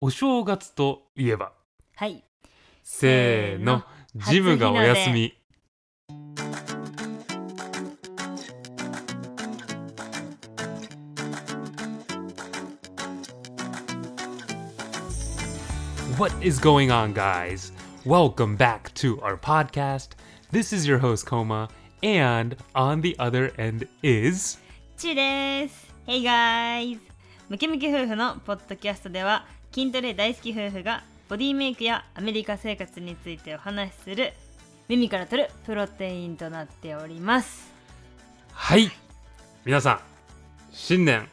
お正月といえばはいせーのジムがお休みWhat is going on, guys? Welcome back to our podcast. This is your host, Koma, and on the other end is. ちーです Hey guys ムキムキ夫婦のポッドキャストでは筋トレ大好き夫婦がボディメイクやアメリカ生活についてお話しする耳から取るプロテインとなっておりますはい皆さん新年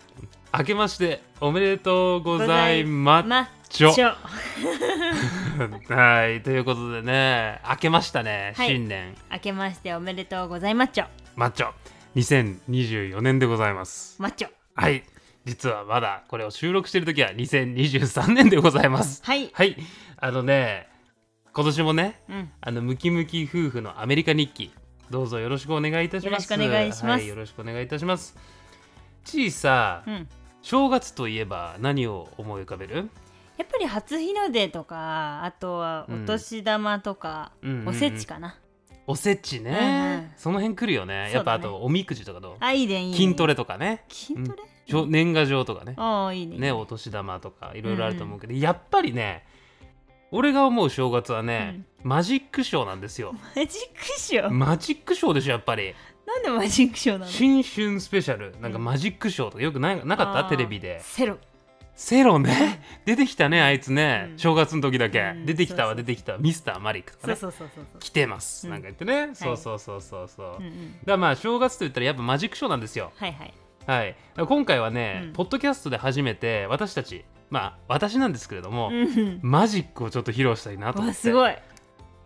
明けましておめでとうございまマッちチょョはいということでね明けましたね、はい新年明けましておめでとうございまっちょマッチョ2024年でございますマッチョはい実はまだこれを収録してる時は2023年でございますはいはいあのね今年もねうんあのムキムキ夫婦のアメリカ日記どうぞよろしくお願いいたしますよろしくお願いしまはすい、よろしくお願いいたしますちいさ、うん正月といえば何を思い浮かべるやっぱり初日の出とかあとはお年玉とか、うんうんうんうんおせちかな、おせちね、うんうんその辺来るよねやっぱそあうだねとおみくじとかどうあいいねいいね筋トレとかね筋トレ、しょ年賀状とかねああいいねねお年玉とかいろいろあると思うけど、やっぱりね俺が思う正月はね、マジックショーなんですよマジックショー、マジックショーでしょやっぱりなんでマジックショーなの新春スペシャルなんかうんマジックショーとかよくななかったあーテレビでセロセロね出てきたねあいつね、うん正月の時だけ、うん出てきたそわうそう出てきたわミスターマリックとかそうねそうそうそうそ来てます、うんなんか言ってね、そうそうそうそうそう、う、うんだかうん、らまあ正月といったらやっぱマジックショーなんですよはいはいはい今回はね、うんポッドキャストで初めて私たちまあ私なんですけれども、うんうんマジックをちょっと披露したいなとう思っわてすごい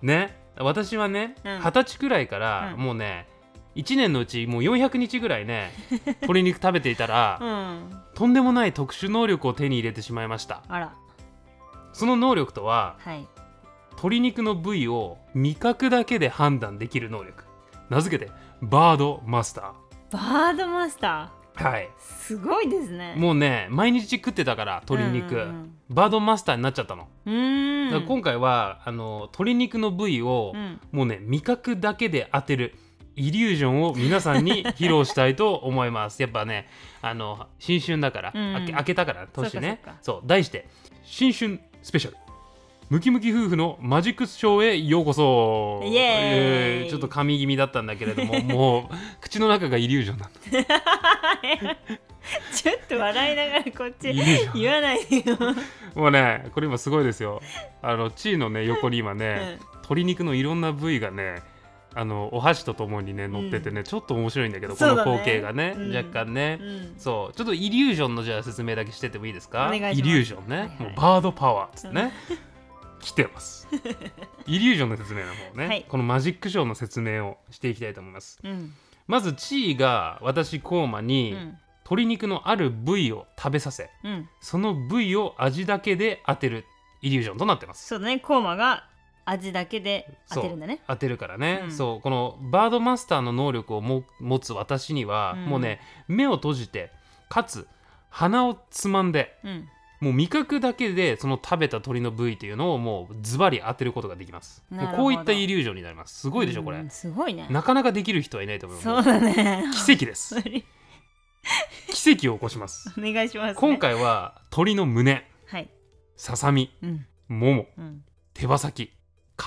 ね私はねうん二十、歳くらいから、うんもうね1年のうちもう400日ぐらい ね鶏肉食べていたら、うんあとんでもない特殊能力を手に入れてしまいましたらその能力とははい鶏肉の部位を味覚だけで判断できる能力名付けてバードマスタバードマスターはいーすごいですねもうね毎日食ってたから鶏肉、うんうんバードマスターになっちゃったの、うんうんだから今回はあの鶏肉の部位を、うん もうね味覚だけで当てるイリュージョンを皆さんに披露したいと思いますやっぱねあの新春だから、うん明け明けたから年ねそうかそう題して「新春スペシャルムキムキ夫婦のマジックショーへようこそ」イエーイちょっと噛み気味だったんだけれど ももう口の中がイリュージョンなんだちょっと笑いながらこっちイリュージョン言わないでよ、もうねこれ今すごいですよあの地位のね横に今ね、鶏肉のいろんな部位がねあのお箸とともにね乗っててね、ちょっと面白いんだけどこそうのだね光景がねうん若干ね、うんうんそうちょっとイリュージョンのじゃあ説明だけしてってもいいですかお願いしますイリュージョンね、はいはいもうバードパワーっつってね、来てますイリュージョンの説明の方ね、はいこのマジックショーの説明をしていきたいと思いますうんまず地位が私コーマうに、ん鶏肉のある部位を食べさせうんその部位を味だけで当てるイリュージョンとなってますそうだねコーマが味だけで当てるんだね当てるからね、うんそうこのバードマスターの能力をも持つ私には、うんもうね目を閉じてかつ鼻をつまんでうんもう味覚だけでその食べた鳥の部位というのをもうズバリ当てることができますなるほどこういったイリュージョンになりますすごいでしょこれ、うんすごいねなかなかできる人はいないと思いますそうだね奇 跡ですお奇跡を起こします願いします、ね、今回は鳥の胸はいささみうんももうん手羽先皮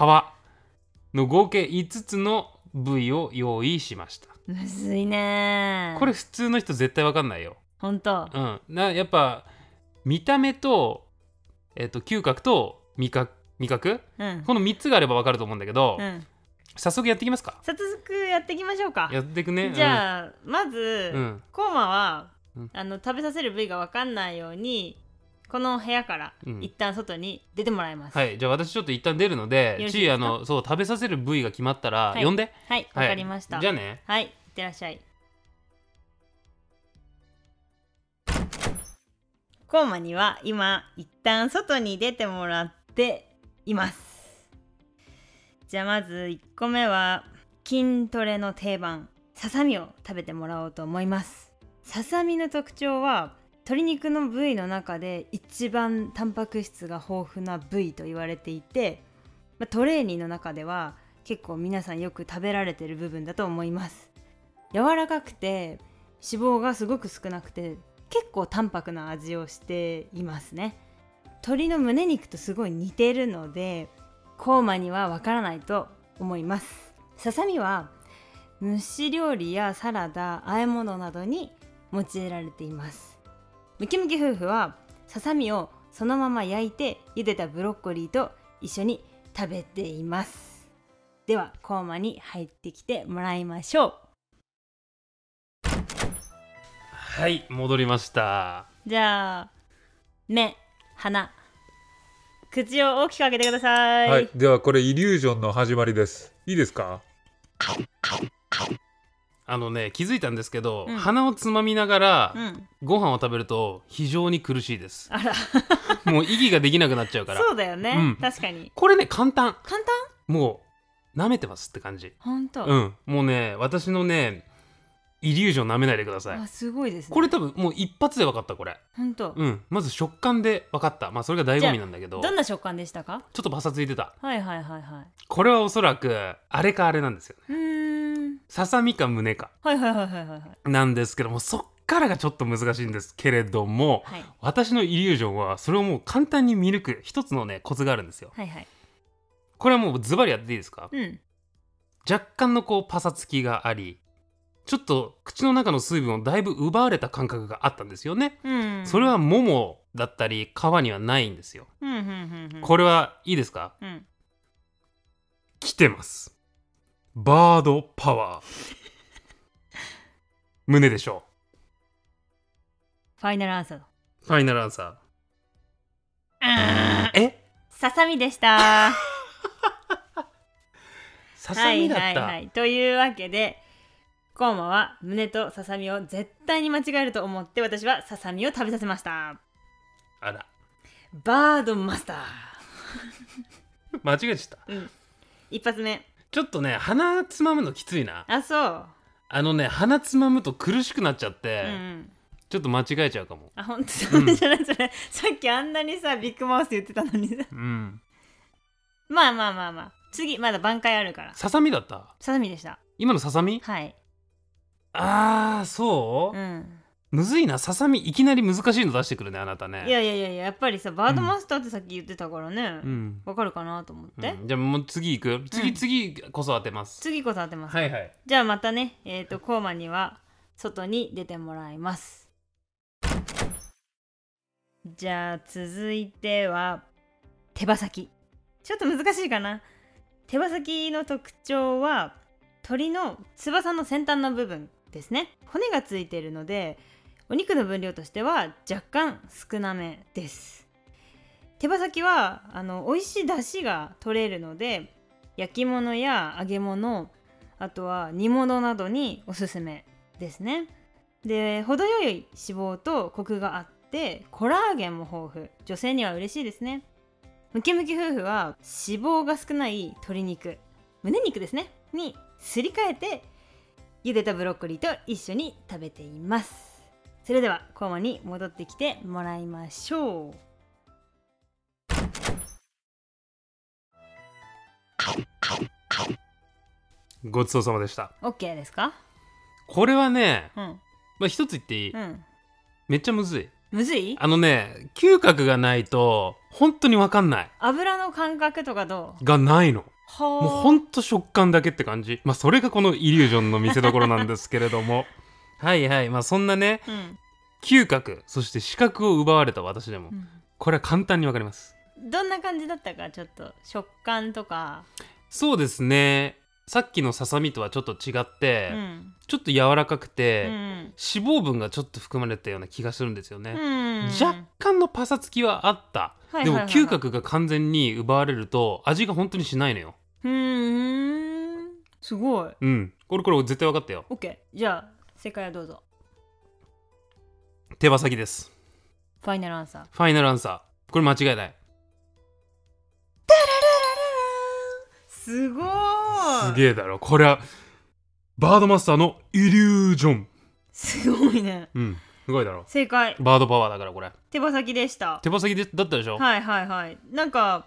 の合計5つの部位を用意しましたむずいねこれ普通の人絶対わかんないよ。ほんとうん、なやっぱ見た目と,、えっと嗅覚と味覚味覚うんこの3つがあればわかると思うんだけど、うん早速やっていきますか。早速やっていきましょうかやっていくね。じゃあ、まず、うんコーマは、うんあの食べさせる部位が分かんないようにこの部屋からうん一旦外に出てもらいます、うん、はいじゃあ私ちょっと一旦出るのでよろしいちいですかあのそう食べさせる部位が決まったら、はい呼んで。はいわ、はいかりましたじゃあね。はいいってらっしゃいコーマには今一旦外に出てもらっていますじゃあまず1個目は筋トレの定番ささみを食べてもらおうと思いますささみの特徴は鶏肉の部位の中で一番タンパク質が豊富な部位と言われていて、まあ、トレーニーの中では結構皆さんよく食べられてる部分だと思います柔らかくて脂肪がすごく少なくて結構淡白な味をしていますね鶏の胸肉とすごい似てるのでコーマにはわからないと思いますささみは蒸し料理やサラダ和え物などに用いられていますムキムキ夫婦はささみをそのまま焼いて茹でたブロッコリーと一緒に食べていますではコーマに入ってきてもらいましょうはい戻りましたじゃあ目鼻口を大きく開けてください、はい、ではこれイリュージョンの始まりです。いいですか？あのね気づいたんですけど、うん鼻をつまみながら、うん、ご飯を食べると非常に苦しいですあらもう息ができなくなっちゃうからそうだよね、うん確かにこれね簡単簡単もう舐めてますって感じ本当、うんもうね私のねイリュージョン舐めないでくださいあすごいですねこれ多分もう一発で分かったこれ本当、うんまず食感で分かったまあそれが醍醐味なんだけどちどんょな食感でしたかっとパサついてたはいはいはいはいこれはおそらくあれかあれなんですよねうーんささみか胸かはいはいはいはいはいはいなんですけどもそっからがちょっと難しいんですけれどもはい私のイリュージョンはそれをもう簡単に見抜く一つのねコツがあるんですよはいはいこれはもうズバリやっていいですかうん若干のこうパサつきがありちょっと口の中の水分をだいぶ奪われた感覚があったんですよね、うんそれはももだったり皮にはないんですよ、うんうんうんうんこれはいいですかうん来てますバードパ ワー胸でしょファイナルアンサーだうファイナルアンサあー ーえささみでしたささみだった、はいはいはい、というわけでコーマは胸とささみを絶対に間違えると思って私はささみを食べさせましたあらバードマスター、間違えちゃったうん、一発目ちょっとね鼻つまむのきついなあそう、あのね鼻つまむと苦しくなっちゃって、うんうんちょっと間違えちゃうかもあ本当うんだじゃないそれさっきあんなにさビッグマウス言ってたのにさうんまあまあまあまあ次まだ挽回あるからささみだったささみでした今のささみはいあーそうう、んむずいなささみいきなり難しいの出してくるねあなたねいやいやいやいややっぱりさバードマスターってさっき言ってたからねわ、うん、かるかなと思って、うんじゃあもう次いく次、うん次こそ当てます次こそ当てますはいはいじゃあまたね、えっ、と、コーマには外に出てもらいます。じゃあ続いては、手羽先。ちょっと難しいかな。手羽先の特徴は、鳥の翼の先端の部分ですね。骨がついているので、お肉の分量としては若干少なめです。手羽先はあの美味しい出汁が取れるので焼き物や揚げ物あとは煮物などにおすすめですねで程よい脂肪とコクがあってコラーゲンも豊富女性には嬉しいですねムキムキ夫婦は脂肪が少ない鶏肉胸肉ですねにすり替えて茹でたブロッコリーと一緒に食べていますそれではコーマに戻ってきてもらいましょうごちそうさまでしたオッケーですかこれはね、うんまあ、一つ言っていい、うんめっちゃむずいむずいあのね嗅覚がないと本当に分かんない油の感覚とかどうがないのはあもうほんと食感だけって感じまあそれがこのイリュージョンの見せどころなんですけれど もはいはいまあそんなねうん嗅覚そして視覚を奪われた私でもこれは簡単にわかりますどんな感じだったかちょっと食感とか、そうですねさっきのささみとはちょっと違って、うんちょっと柔らかくて、うん脂肪分がちょっと含まれたような気がするんですよね、うん若干のパサつきはあった、はいはいはいはいでも嗅覚が完全に奪われると味が本当にしないのようーんすごいうんこれこれ絶対分かったよ OK じゃあ正解はどうぞ手羽先ですファイナルアンサーファイナルアンサーこれ間違いないすごすーいげえだろこれはバードマスターのイリュージョンすごいねうんすごいだろ正解バードパワーだからこれ手羽先でした手羽先でだったでしょ、はいはいはいなんか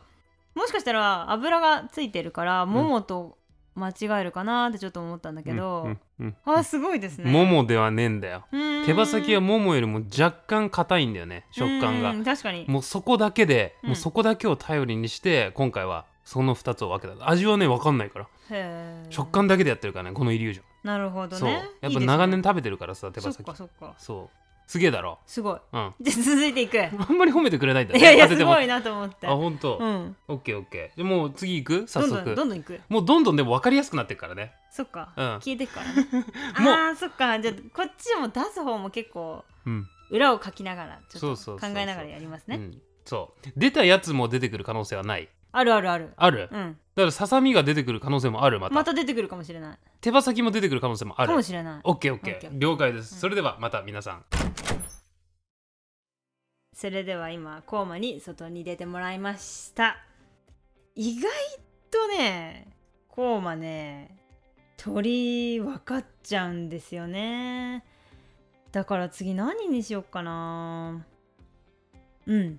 もしかしたら油がついてるからももと間違えるかなってちょっと思ったんだけど、うんうんあすごいですうねんももではねえんだよ手手羽先はももよりも若干硬いんだよね食感が確かにもうそこだけで、うんもうそこだけを頼りにして今回はその2つを分けた味はね分かんないからへー食感だけでやってるからねこのイリュージョン、なるほどそうねやっいいぱですね長年食べてるからさ手羽そっ先かそっかそうすげえだろ すごいうんじゃあ続いていくいあんまり褒めてくれないんだねやいや当てすてもごいなと思ってあ本当、うんオッケーオッケーでもう次行く早どん速どんどんどんいくもうどんどんでも分かりやすくなってるからねそっかうん消えてくからね もうあーそっかじゃあこっちも出す方も結構うん、裏を書きながらちそょうっそとう考そうそうえながらやりますうねん、そう出たやつも出てくる可能性はないあるあるあるある、だうんからささみが出てくる可能性もあるまたまた出てくるかもしれない手羽先も出てくる可能性もあるかもしれないオッケーオッオッケケーオッケーー了解です、うんそれではまた皆さんそれでは今コーマに外に出てもらいました意外とねコーマね鳥分かっちゃうんですよねだから次何にしよっかなうん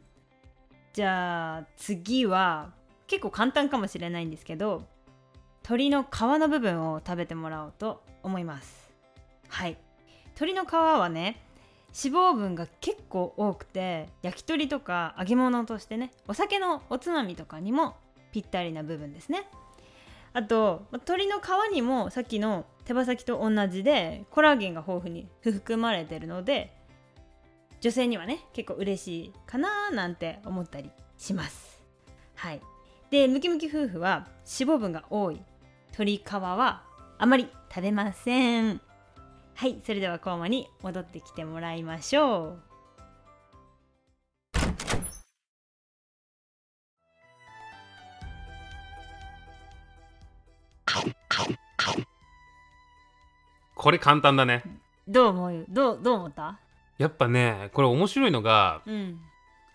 じゃあ次は結構簡単かもしれないんですけど鳥の皮の部分を食べてもらおうと思いますはい鳥の皮はね脂肪分が結構多くて焼き鳥とか揚げ物としてねお酒のおつまみとかにもぴったりな部分ですねあとま鶏の皮にもさっきの手羽先と同じでコラーゲンが豊富に含まれてるので女性にはね結構嬉しいかなーなんて思ったりしますはいでムキムキ夫婦は脂肪分が多い鶏皮はあまり食べませんはいそれではコーマに戻ってきてもらいましょうこれ簡単だねどう思うどうどう思ったやっぱねこれ面白いのがうん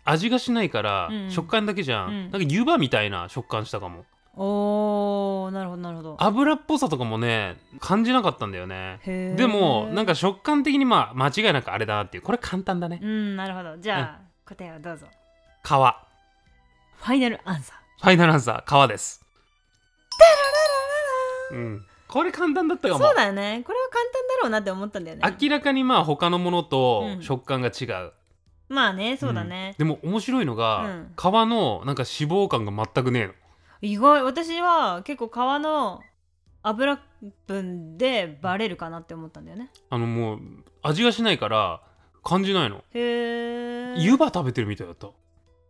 味がしないから、うん食感だけじゃん、うんなんか湯葉みたいな食感したかもおーなるほどなるほど油っぽさとかもね感じなかったんだよねへーでもなんか食感的にまあ間違いなくあれだなっていうこれ簡単だね、うんなるほどじゃあ、答えをどうぞ皮ファファイナルアンサーイナルアンサー皮ですうんこれ簡単だったかもそうだよねこれは簡単だろうなって思ったんだよね明らかにまあ他のものとうん食感が違う、まあねそうだね、でも面白いのが、うん皮のなんか脂肪感が全くねえの意外私は結構皮の油分でバレるかなって思ったんだよねあのもう味がしないから感じないのへえ湯葉食べてるみたいだった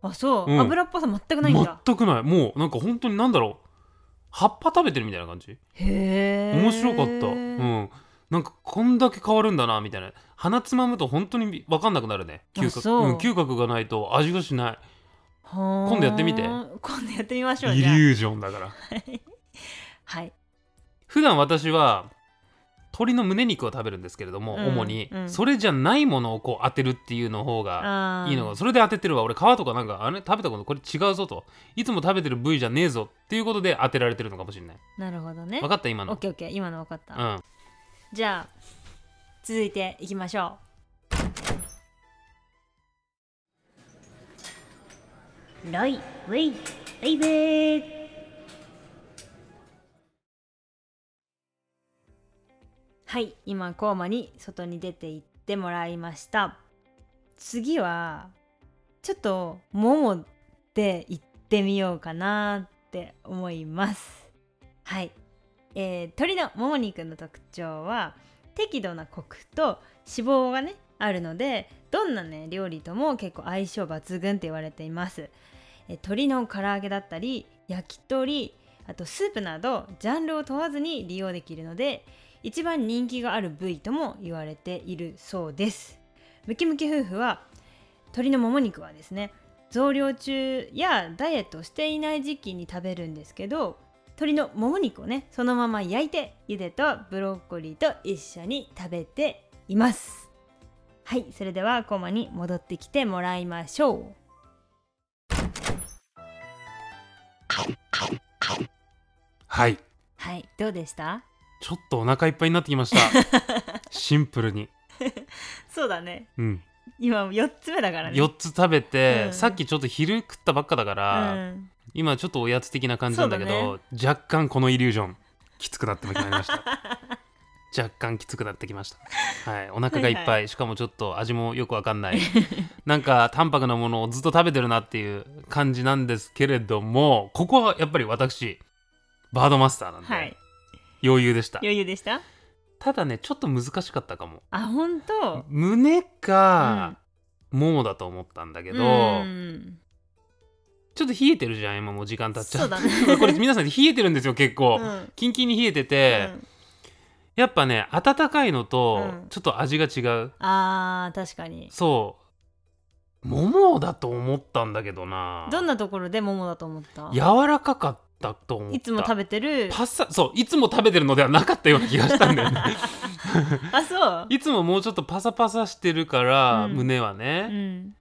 あそう、うん油っぽさ全くないんだ全くないもうなんか本当になんだろう葉っぱ食べてるみたいな感じへえ面白かったうんなんかこんだけ変わるんだなみたいな鼻つまむと本当に分かんなくなるね嗅あ覚そううん嗅覚がないと味がしない今今度やってみて今度やってみましょうイリじゃあュージョンだからはい普段私は鶏の胸肉を食べるんですけれども、うん主に、うんそれじゃないものをこう当てるっていうの方があーいいのがそれで当ててるわ俺皮とかなんかあれ食べたことこれ違うぞといつも食べてる部位じゃねえぞっていうことで当てられてるのかもしれないなるほどね分かった今オッのケーオッケー今の分かった、うんじゃあ続いていきましょうロイウェイベイベーはい今コーマに外に出て行ってもらいました次はちょっとモモで行ってみようかなって思いますはいえー鶏のもも肉の特徴は適度なコクと脂肪がねあるのでどんなね料理とも結構相性抜群って言われています、えー鶏の唐揚げだったり焼き鳥あとスープなどジャンルを問わずに利用できるので一番人気がある部位とも言われているそうですムキムキ夫婦は鶏のもも肉はですね増量中やダイエットをしていない時期に食べるんですけど鶏のもも肉をねそのまま焼いてゆでとブロッコリーと一緒に食べていますはいそれではコマに戻ってきてもらいましょうはいはいどうでした ちょっとお腹いっぱいになってきましたシンプルにそうだねうん、今4つ目だからね4つ食べて、うんさっきちょっと昼食ったばっかだから、うん、今ちょっとおやつ的な感じなんだけそど若干このイリュージョンきつくなってまいりました 若干きつくなってきましたはいお腹がいっぱいはいしかもちょっと味もよくわかんないなんか淡白なものをずっと食べてるなっていう感じなんですけれどもここはやっぱり私バードマスターなんで、はい余裕でした余裕でしたただねちょっと難しかったかもあ本当胸か、ももだと思ったんだけど、うんちょっと冷えてるじゃん今もう時間経っちゃそううだね これ皆さん冷えてるんですよ結構、うんキンキンに冷えてて、うんやっぱね温かいのとうんちょっと味が違う、あー確かにそう桃だと思ったんだけどなどんなところで桃だと思った柔らかかったと思ったいつも食べてるパッサそういつも食べてるのではなかったような気がしたんだよねあそういつももうちょっとパサパサしてるから、うん胸はうね、ん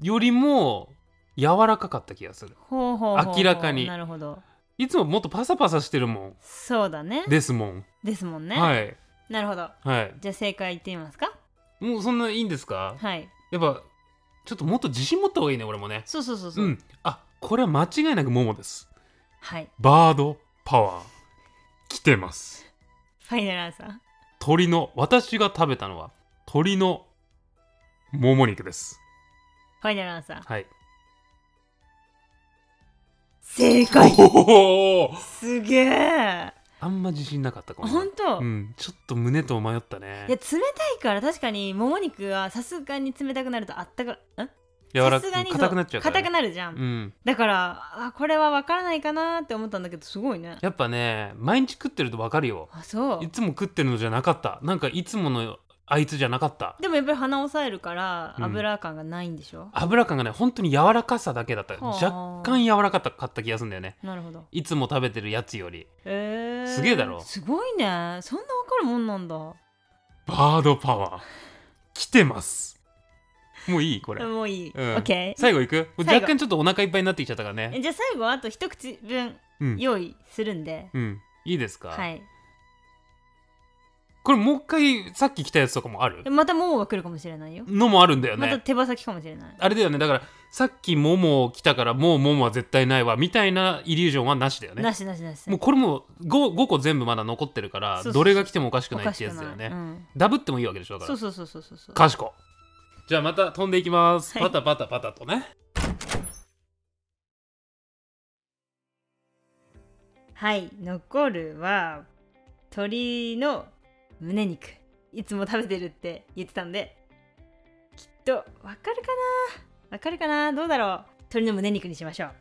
よりも柔らかかった気がするほうほうほうほう明らかになるほどいつももっとパサパサしてるもそうだねんですもん、ですもんね、はいなるほどはいじゃあ正解言ってみますかもうそんないいんですかはいやっぱちょっともっと自信持った方がいいね俺もねそうそうそうそう、うんあこれは間違いなくモモですはいバードパワー来てますファイナルアンサー鳥の私が食べたのは鳥のもも肉ですファイナルアンサーはい正解おーすげえあんま自信なかったかもほんと、うんちょっと胸と迷ったいやね冷たいから確かにもも肉はさすがに冷たくなるとあったかん柔らさすがかにくそう硬くなっちゃうから硬くねなるじゃん、うんだからあこれは分からないかなって思ったんだけどすごいねやっぱね毎日食ってるとわかるよあそういつも食ってるのじゃなかったなんかいつものあいつじゃなかったでもやっぱり鼻を押さえるからうん油感がないんでしょ、油感がね本当に柔らかさだけだったはあ若干柔らかかった気がするんだよねなるほどいつも食べてるやつよりえー、すげえだろすごいねそんな分かるもんなんだバードパワー来てますもういいこれもういい、うん OK 最後いく最後若干ちょっとお腹いっぱいになってきちゃったからえねじゃあ最後あと一口分うん、用意するんで、うん、いいですか、はいこれもう一回さっき来たやつとかもあるでまたももが来るかもしれないよ、のもあるんだよまたね手羽先かもしれないあれだよねだからさっきもも来たからもうももは絶対ないわみたいなイリュージョンはなしだよねなしなしなしもうこれも 5, 5個全部まだ残ってるからそうそうそうどれが来てもおかしくおないかってしやくつだよなねい、うん、ダブってもいいわけでしょだかそらうそうそうそうそうそうかしこじゃあまた飛んでいきます、はパいタパタパタとねはい残るは鶏の胸肉いつも食べてるって言ってたんできっとわかるかなわかるかなどうだろう鶏の胸肉にしましょう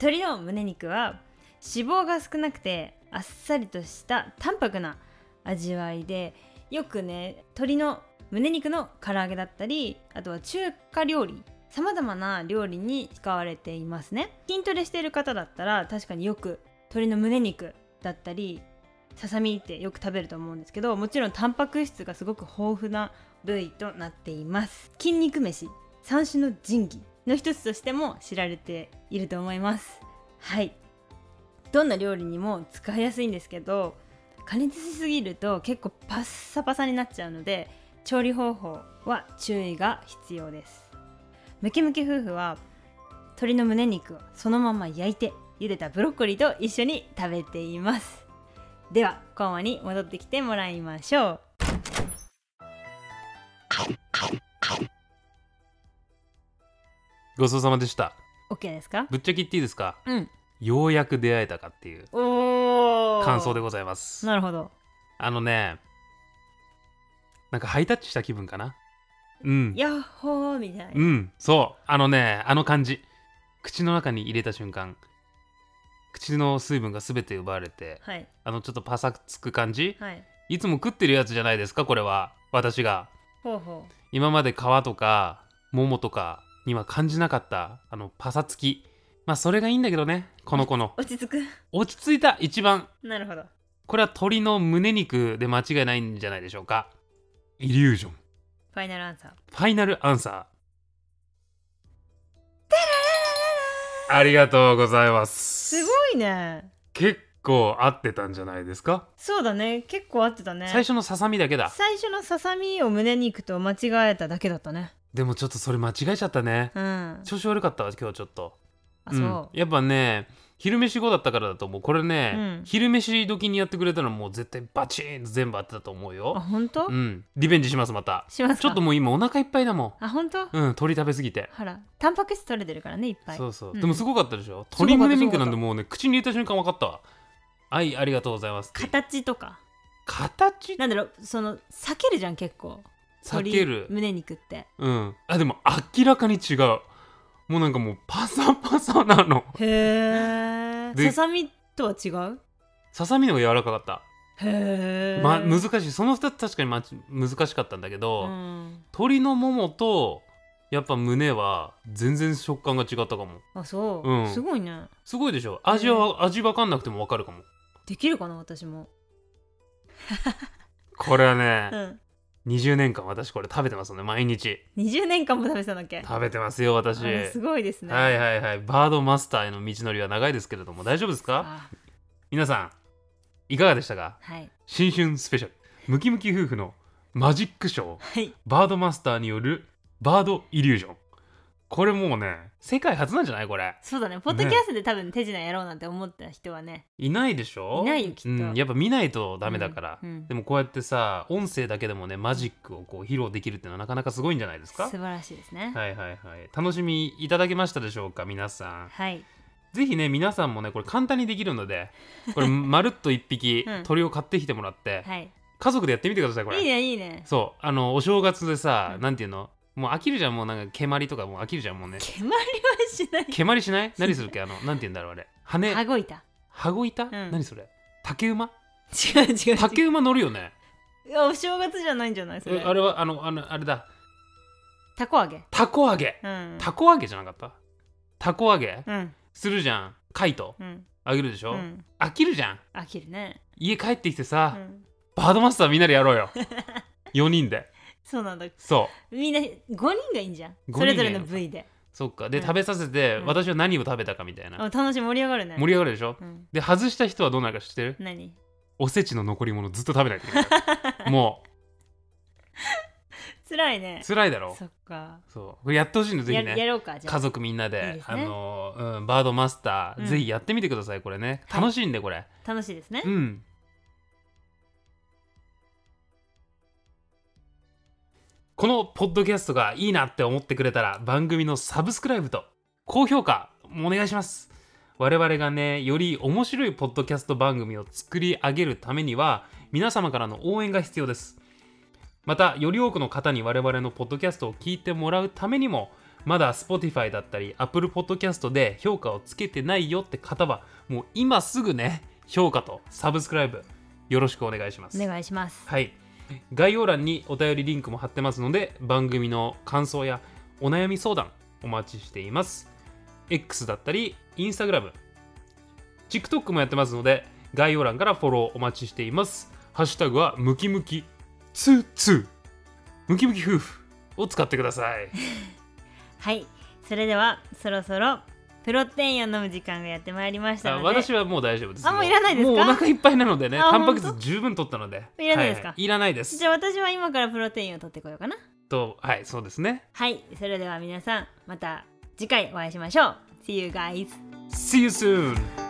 鶏の胸肉は脂肪が少なくてあっさりとした淡白な味わいでよくね鶏の胸肉の唐揚げだったりあとは中華料理さまざまな料理に使われていますね筋トレしている方だったら確かによく鶏の胸肉だったりささみってよく食べると思うんですけどもちろんタンパク質がすごく豊富な部位となっています筋肉飯三種の神器の一つとしても知られていると思いますはいどんな料理にも使いやすいんですけど加熱しすぎると結構パッサパサになっちゃうので調理方法は注意が必要ですムキムキ夫婦は鶏の胸肉をそのまま焼いて茹でたブロッコリーと一緒に食べていますではコーマに戻ってきてもらいましょうごちそうさまでした OK ですかぶっちゃけ言っていいですかうんようやく出会えたかっていうおお感想でございますなるほどあのねなんかハイタッチした気分かなうんヤッホーみたいな、うんそうあのねあの感じ口の中に入れた瞬間口の水分が全て奪われてはいあのちょっとパサつく感じはいいつも食ってるやつじゃないですかこれは私がほうほ今まで皮とか桃とかには感じなかったあのパサつきまあそれがいいんだけどねこの子のう落ち着く 落ち着いた一番なるほどこれは鳥の胸肉で間違いないんじゃないでしょうかイリュージョンファイナルアンサーファイナルアンサーありがとうございますすごいね結構合ってたんじゃないですか、そうだね結構合ってたね最初のささみだけだ最初のささみを胸肉と間違えただけだったねでもちょっとそれ間違えちゃったね、うんあ調子悪かったわ今日ちょっとそう、ん、やっぱね昼飯後だったからだと思うこれね、うん昼飯時にやってくれたらもう絶対バチーンと全部合ってたと思うあよ本当、うんリベンジしますまたしま すかちょっともう今お腹いっぱいだもあ本当、んうん鶏食べ過ぎて、ほらタンパク質取れてるからねいっぱいそうそう、うんでもすごかったでしょすごかった鶏胸肉なんてもうね口に入れた瞬間分かったわはいありがとうございますって形とか形なんだろうその避けるじゃん結構避ける鶏胸肉ってうんあでも明らかに違うもうなんかもうパサパサなの へえでささみとは違うささみの方が柔らかかった、へえま、難しいその2つ確かにまち難しかったんだけど、うん鶏のももとやっぱ胸は全然食感が違ったかもあそう、うんすごいねすごいでしょ味は味わかんなくてもわかるかもできるかな私もこれはうね、ん20年間私これ食べてますので毎日20年間も食べてたんだっけ食べてますよ私あれすごいですねはいはいはいバードマスターへの道のりは長いですけれども大丈夫ですかあ皆さんいかがでしたかはい新春スペシャルムキムキ夫婦のマジックショーはいバードマスターによるバードイリュージョンこれもうね世界初なんじゃないこれそうだねポッドキャストで多分手品やろうなんて思った人はねいないでしょいないよきっとうん、やっぱ見ないとダメだから、うんうんでもこうやってさ音声だけでもねマジックをこう披露できるってのはなかなかすごいんじゃないです素か晴らしいですねはいはいはい楽しみいただけましたでしょうか皆さんはいぜひね皆さんもねこれ簡単にできるの でこれまるっと1匹、うん鳥を買ってきてもらって、はい家族でやってみてくださいこれいいねいいねそうあのお正月でさ、うんなんていうのもう飽きるじゃんもうなんか蹴鞠とかもう飽きるじゃんもうね蹴鞠はしない蹴鞠しない何するっけあのなんていうんだろうあれ羽羽子板羽子板、何それ竹 馬違う違う違う竹馬乗るよねいやお正月じゃないんじゃないそれえあれはあのあのあれだたこ揚げたこ揚げうんたこ揚げじゃなかったたこ揚げうんするじゃんカイトうんあげるでしうょ、ん飽きるじゃん飽きるね家帰ってきてうさ、んバードマスターみんなでや ろうよ4人でそうなんだそうみんな5人がいいんじゃん五人そがいいのれぞれの部位でそっかで、うん食べさせて、うん私は何を食べたかみたいな、あ楽しい盛り上がるね盛り上がるでしょうんで外した人はどうなるか知ってる何おせちの残り物ずっと食べないといけない も辛いうね辛いだろそっかそうこれやってほしいのぜやひやねろうかじゃ家あ族みんなでいいですあねの、うん、バードマスター、うんぜひやってみてくださいこれねはい楽しいんでこれ、楽しいですねうんこのポッドキャストがいいなって思ってくれたら番組のサブスクライブと高評価お願いします我々がねより面白いポッドキャスト番組を作り上げるためには皆様からの応援が必要ですまたより多くの方に我々のポッドキャストを聞いてもらうためにもまだ Spotify だったり Apple Podcast で評価をつけてないよって方はもう今すぐね評価とサブスクライブよろしくお願いしますお願いしますはい概要欄にお便りリンクも貼ってますので番組の感想やお悩み相談お待ちしています X だったり InstagramTikTok もやってますので概要欄からフォローお待ちしていますハッシュタグはムキムキツーツームキムキ夫婦を使ってくださ いはいそれではそろそろプロテインを飲む時間がやってまいりましたあので私はもう大丈夫ですあもういらないですかもうお腹いっぱいなのでねあタンパク質本十分取ったのでいらないですかははい、いらないですじゃあ私は今からプロテインを取ってこようかなとはいそうですねはいそれでは皆さんまた次回お会いしましょう See you guys! See you soon!